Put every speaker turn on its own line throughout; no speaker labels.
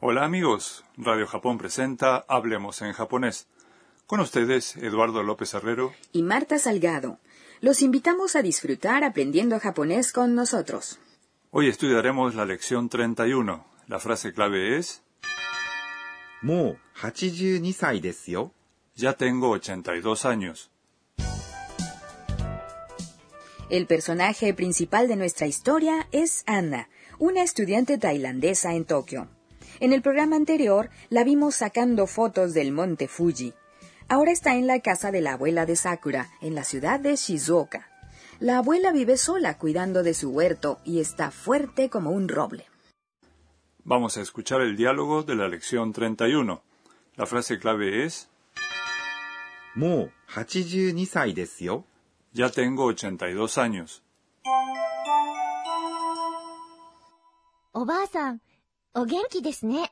Hola amigos, Radio Japón presenta Hablemos en japonés. Con ustedes, Eduardo López Herrero.
y Marta Salgado. Los invitamos a disfrutar aprendiendo japonés con nosotros.
Hoy estudiaremos la lección 31. La frase clave es,
もう82歳ですよ。
ya tengo 82 años.
El personaje principal de nuestra historia es Anna, una estudiante tailandesa en Tokio. En el programa anterior la vimos sacando fotos del monte Fuji. Ahora está en la casa de la abuela de Sakura, en la ciudad de Shizuoka. La abuela vive sola cuidando de su huerto y está fuerte como un roble.
Vamos a escuchar el diálogo de la lección 31. La frase clave es,
もう82歳ですよ。
ya tengo 82 años.
おばあさん、お元気ですね。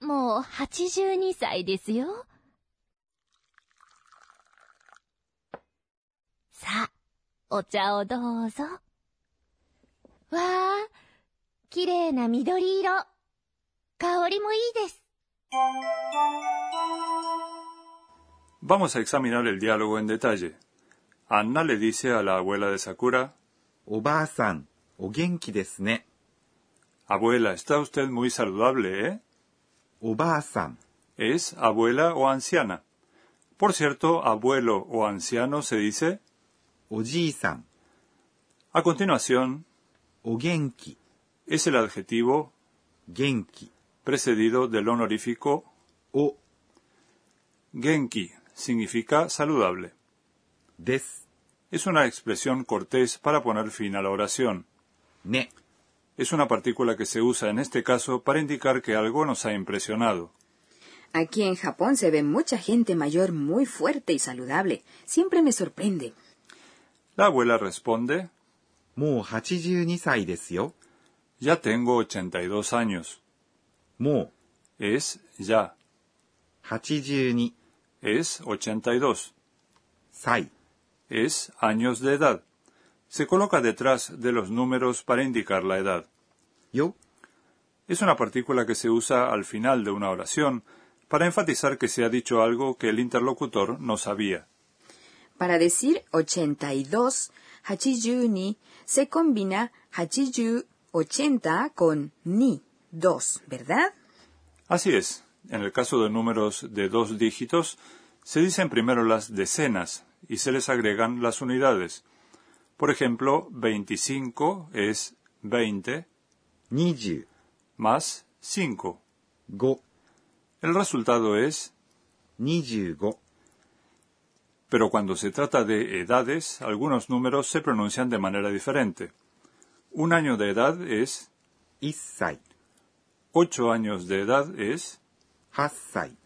もう82歳ですよ。さあ、お茶をどうぞ。わあ、綺麗な緑色。香りもいいです。
Vamos a examinar el diálogo en detalle. Anna le dice a la abuela de Sakura,
おばあさん、お元気ですね。
abuela, está usted muy saludable, ¿eh?
おばあさん、
es abuela o anciana. Por cierto, abuelo o anciano se dice.
おじいさん、
A continuación,
お元気、
es el adjetivo
元気、
precedido del honorífico
お、
genki, significa saludable.
です、
Es una expresión cortés para poner fin a la oración.
ね。
Es una partícula que se usa en este caso para indicar que algo nos ha impresionado.
Aquí en Japón se ve mucha gente mayor muy fuerte y saludable. Siempre me sorprende.
La abuela responde,
もう82歳ですよ。
ya tengo 82 años.
も
Es ya,
う82
es 82.
歳。
es años de edad. Se coloca detrás de los números para indicar la edad.
よ、
Es una partícula que se usa al final de una oración para enfatizar que se ha dicho algo que el interlocutor no sabía.
Para decir 82, ni se combina 80, 80 con ni, 2, ¿verdad?
Así es, en el caso de números de dos dígitos, se dicen primero las decenas y se les agregan las unidades. Por ejemplo, 25 es 20
25、
más 5. El resultado es
25、
Pero cuando se trata de edades, algunos números se pronuncian de manera diferente. Un año de edad es,
1歳、
ocho años de edad es,
8歳、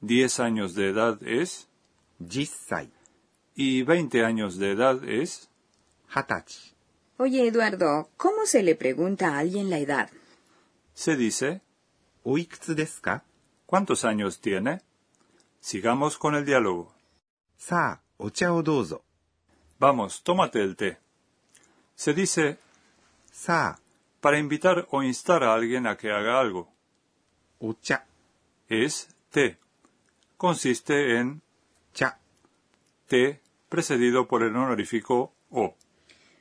diez años de edad es,
10歳、
y veinte años de edad es.
20歳。
Oye, Eduardo, ¿cómo se le pregunta a alguien la edad?
Se dice,
おいくつですか
¿cuántos años tiene? Sigamos con el diálogo.
さあ、お茶をどうぞ。
Vamos, tómate el té. Se dice,
さあ、
para invitar o instar a alguien a que haga algo.
お茶、
Es té. Consiste en
茶。
té precedido por el honorífico o.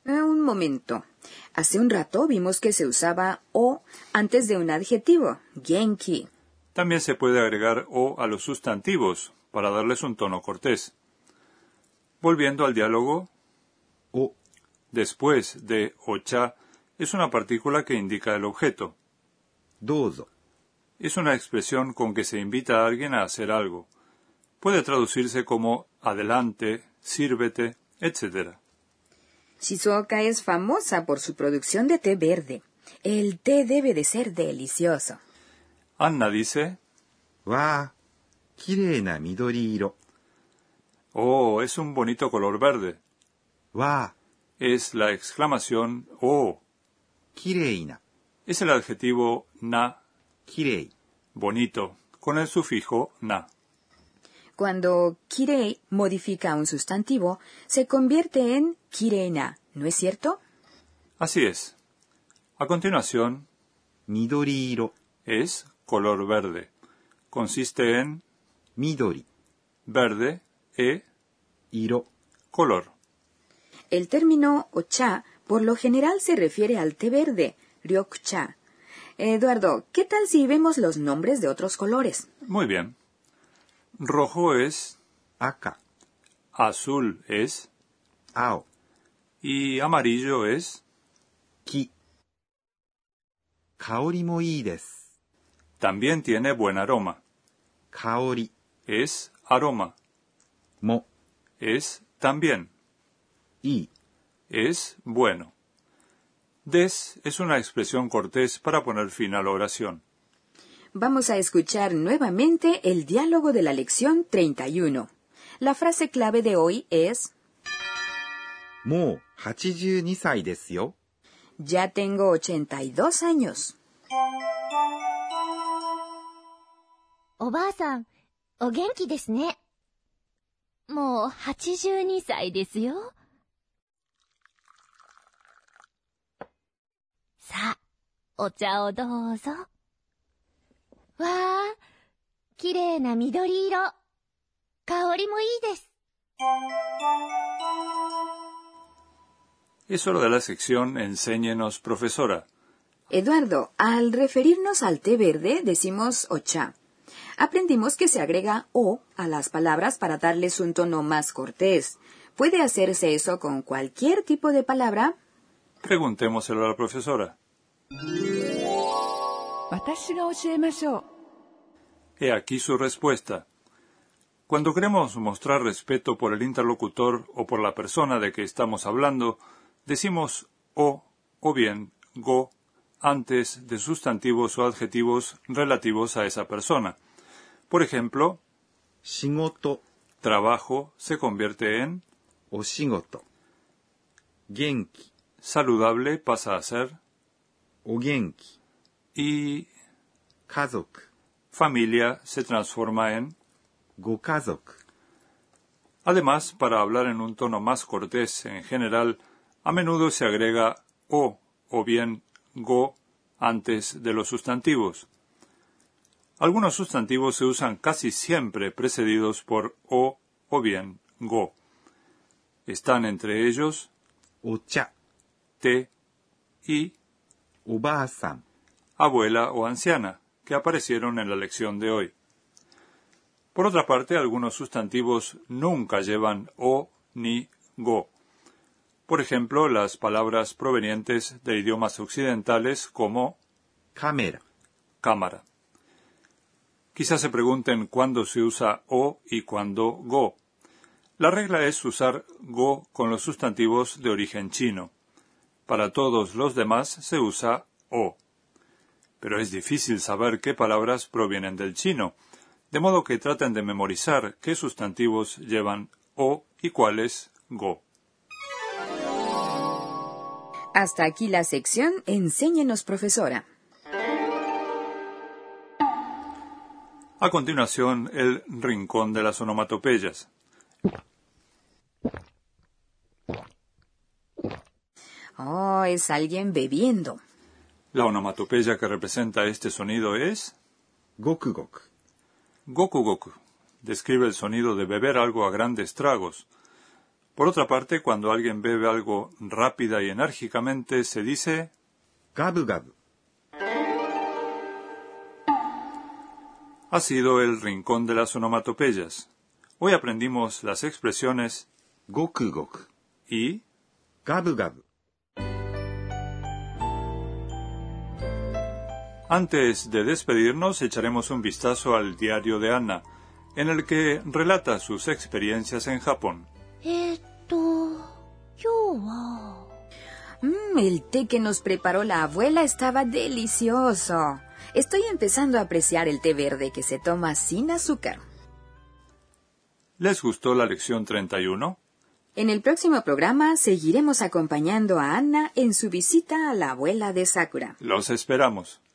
Ah, un momento. Hace un rato vimos que se usaba o antes de un adjetivo, genki.
También se puede agregar o a los sustantivos para darles un tono cortés. Volviendo al diálogo,
お、
después de ocha es una partícula que indica el objeto.
どうぞ。
Es una expresión con que se invita a alguien a hacer algo. Puede traducirse como adelante, sírvete, etc.
Shizuoka es famosa por su producción de té verde. El té debe de ser delicioso.
Anna dice,
わあ、綺麗な緑色。
oh, es un bonito color verde.
わあ、
Es la exclamación oh.
綺麗な、
Es el adjetivo na,
綺麗。
bonito, con el sufijo na.
Cuando kirei modifica un sustantivo, se convierte en kirena, ¿no es cierto?
Así es. A continuación,
緑色。
es color verde. Consiste en
緑、
verde e
色、
color.
El término ocha por lo general se refiere al té verde, ryokcha. Eduardo, ¿qué tal si vemos los nombres de otros colores?
Muy bien. Rojo es,
赤、
azul es
青、
y amarillo es.
木。香りもいいです。
También tiene buen aroma.
香り
Es aroma.
も
Es también.
いい。
Es bueno. Des es una expresión cortés para poner fin a la oración.
Vamos a escuchar nuevamente el diálogo de la lección 31. La frase clave de hoy es
もう82歳ですよ。
Ya tengo 82 años.
おばあさん、お元気ですね。もう82歳ですよ。さあ、お茶をどうぞ。わあ、綺麗な緑色。香りもいいです。
Es hora de la sección Enséñenos, profesora.
Eduardo, al referirnos al té verde decimos ocha. Aprendimos que se agrega o a las palabras para darles un tono más cortés. Puede hacerse eso con cualquier tipo de palabra.
Preguntémoselo a la profesora.
私が教えましょう
He aquí su respuesta. Cuando queremos mostrar respeto por el interlocutor o por la persona de que estamos hablando, decimos o o bien go antes de sustantivos o adjetivos relativos a esa persona. Por ejemplo,
仕事、
trabajo se convierte en
お仕事。元気、
saludable pasa a ser
お元気。
y
家族、
familia se transforma en
ご家族。
Además, para hablar en un tono más cortés en general, a menudo se agrega o o bien go antes de los sustantivos. Algunos sustantivos se usan casi siempre precedidos por o o bien go. Están entre ellos
お茶、
te y
おばあさん、
abuela o anciana, que aparecieron en la lección de hoy. Por otra parte, algunos sustantivos nunca llevan o ni go. Por ejemplo, las palabras provenientes de idiomas occidentales como
カメラ、
cámara. Quizás se pregunten cuándo se usa o y cuándo go. La regla es usar go con los sustantivos de origen chino. Para todos los demás se usa o. Pero es difícil saber qué palabras provienen del chino, de modo que traten de memorizar qué sustantivos llevan o y cuáles go.
Hasta aquí la sección Enséñenos, profesora.
A continuación, el rincón de las onomatopeyas.
Oh, es alguien bebiendo.
La onomatopeya que representa este sonido es
ごくごく。
Goku Goku describe el sonido de beber algo a grandes tragos. Por otra parte, cuando alguien bebe algo rápida y enérgicamente, se dice
ガブガブ。
ha sido el rincón de las onomatopeyas. Hoy aprendimos las expresiones
ごくごく。
y
ガブガブ。
Antes de despedirnos, echaremos un vistazo al diario de Anna, en el que relata sus experiencias en Japón.
えーっと、今日は、
Mmm, el té que nos preparó la abuela estaba delicioso. Estoy empezando a apreciar el té verde que se toma sin azúcar.
¿Les gustó la lección 31?
En el próximo programa seguiremos acompañando a Anna en su visita a la abuela de Sakura.
Los esperamos.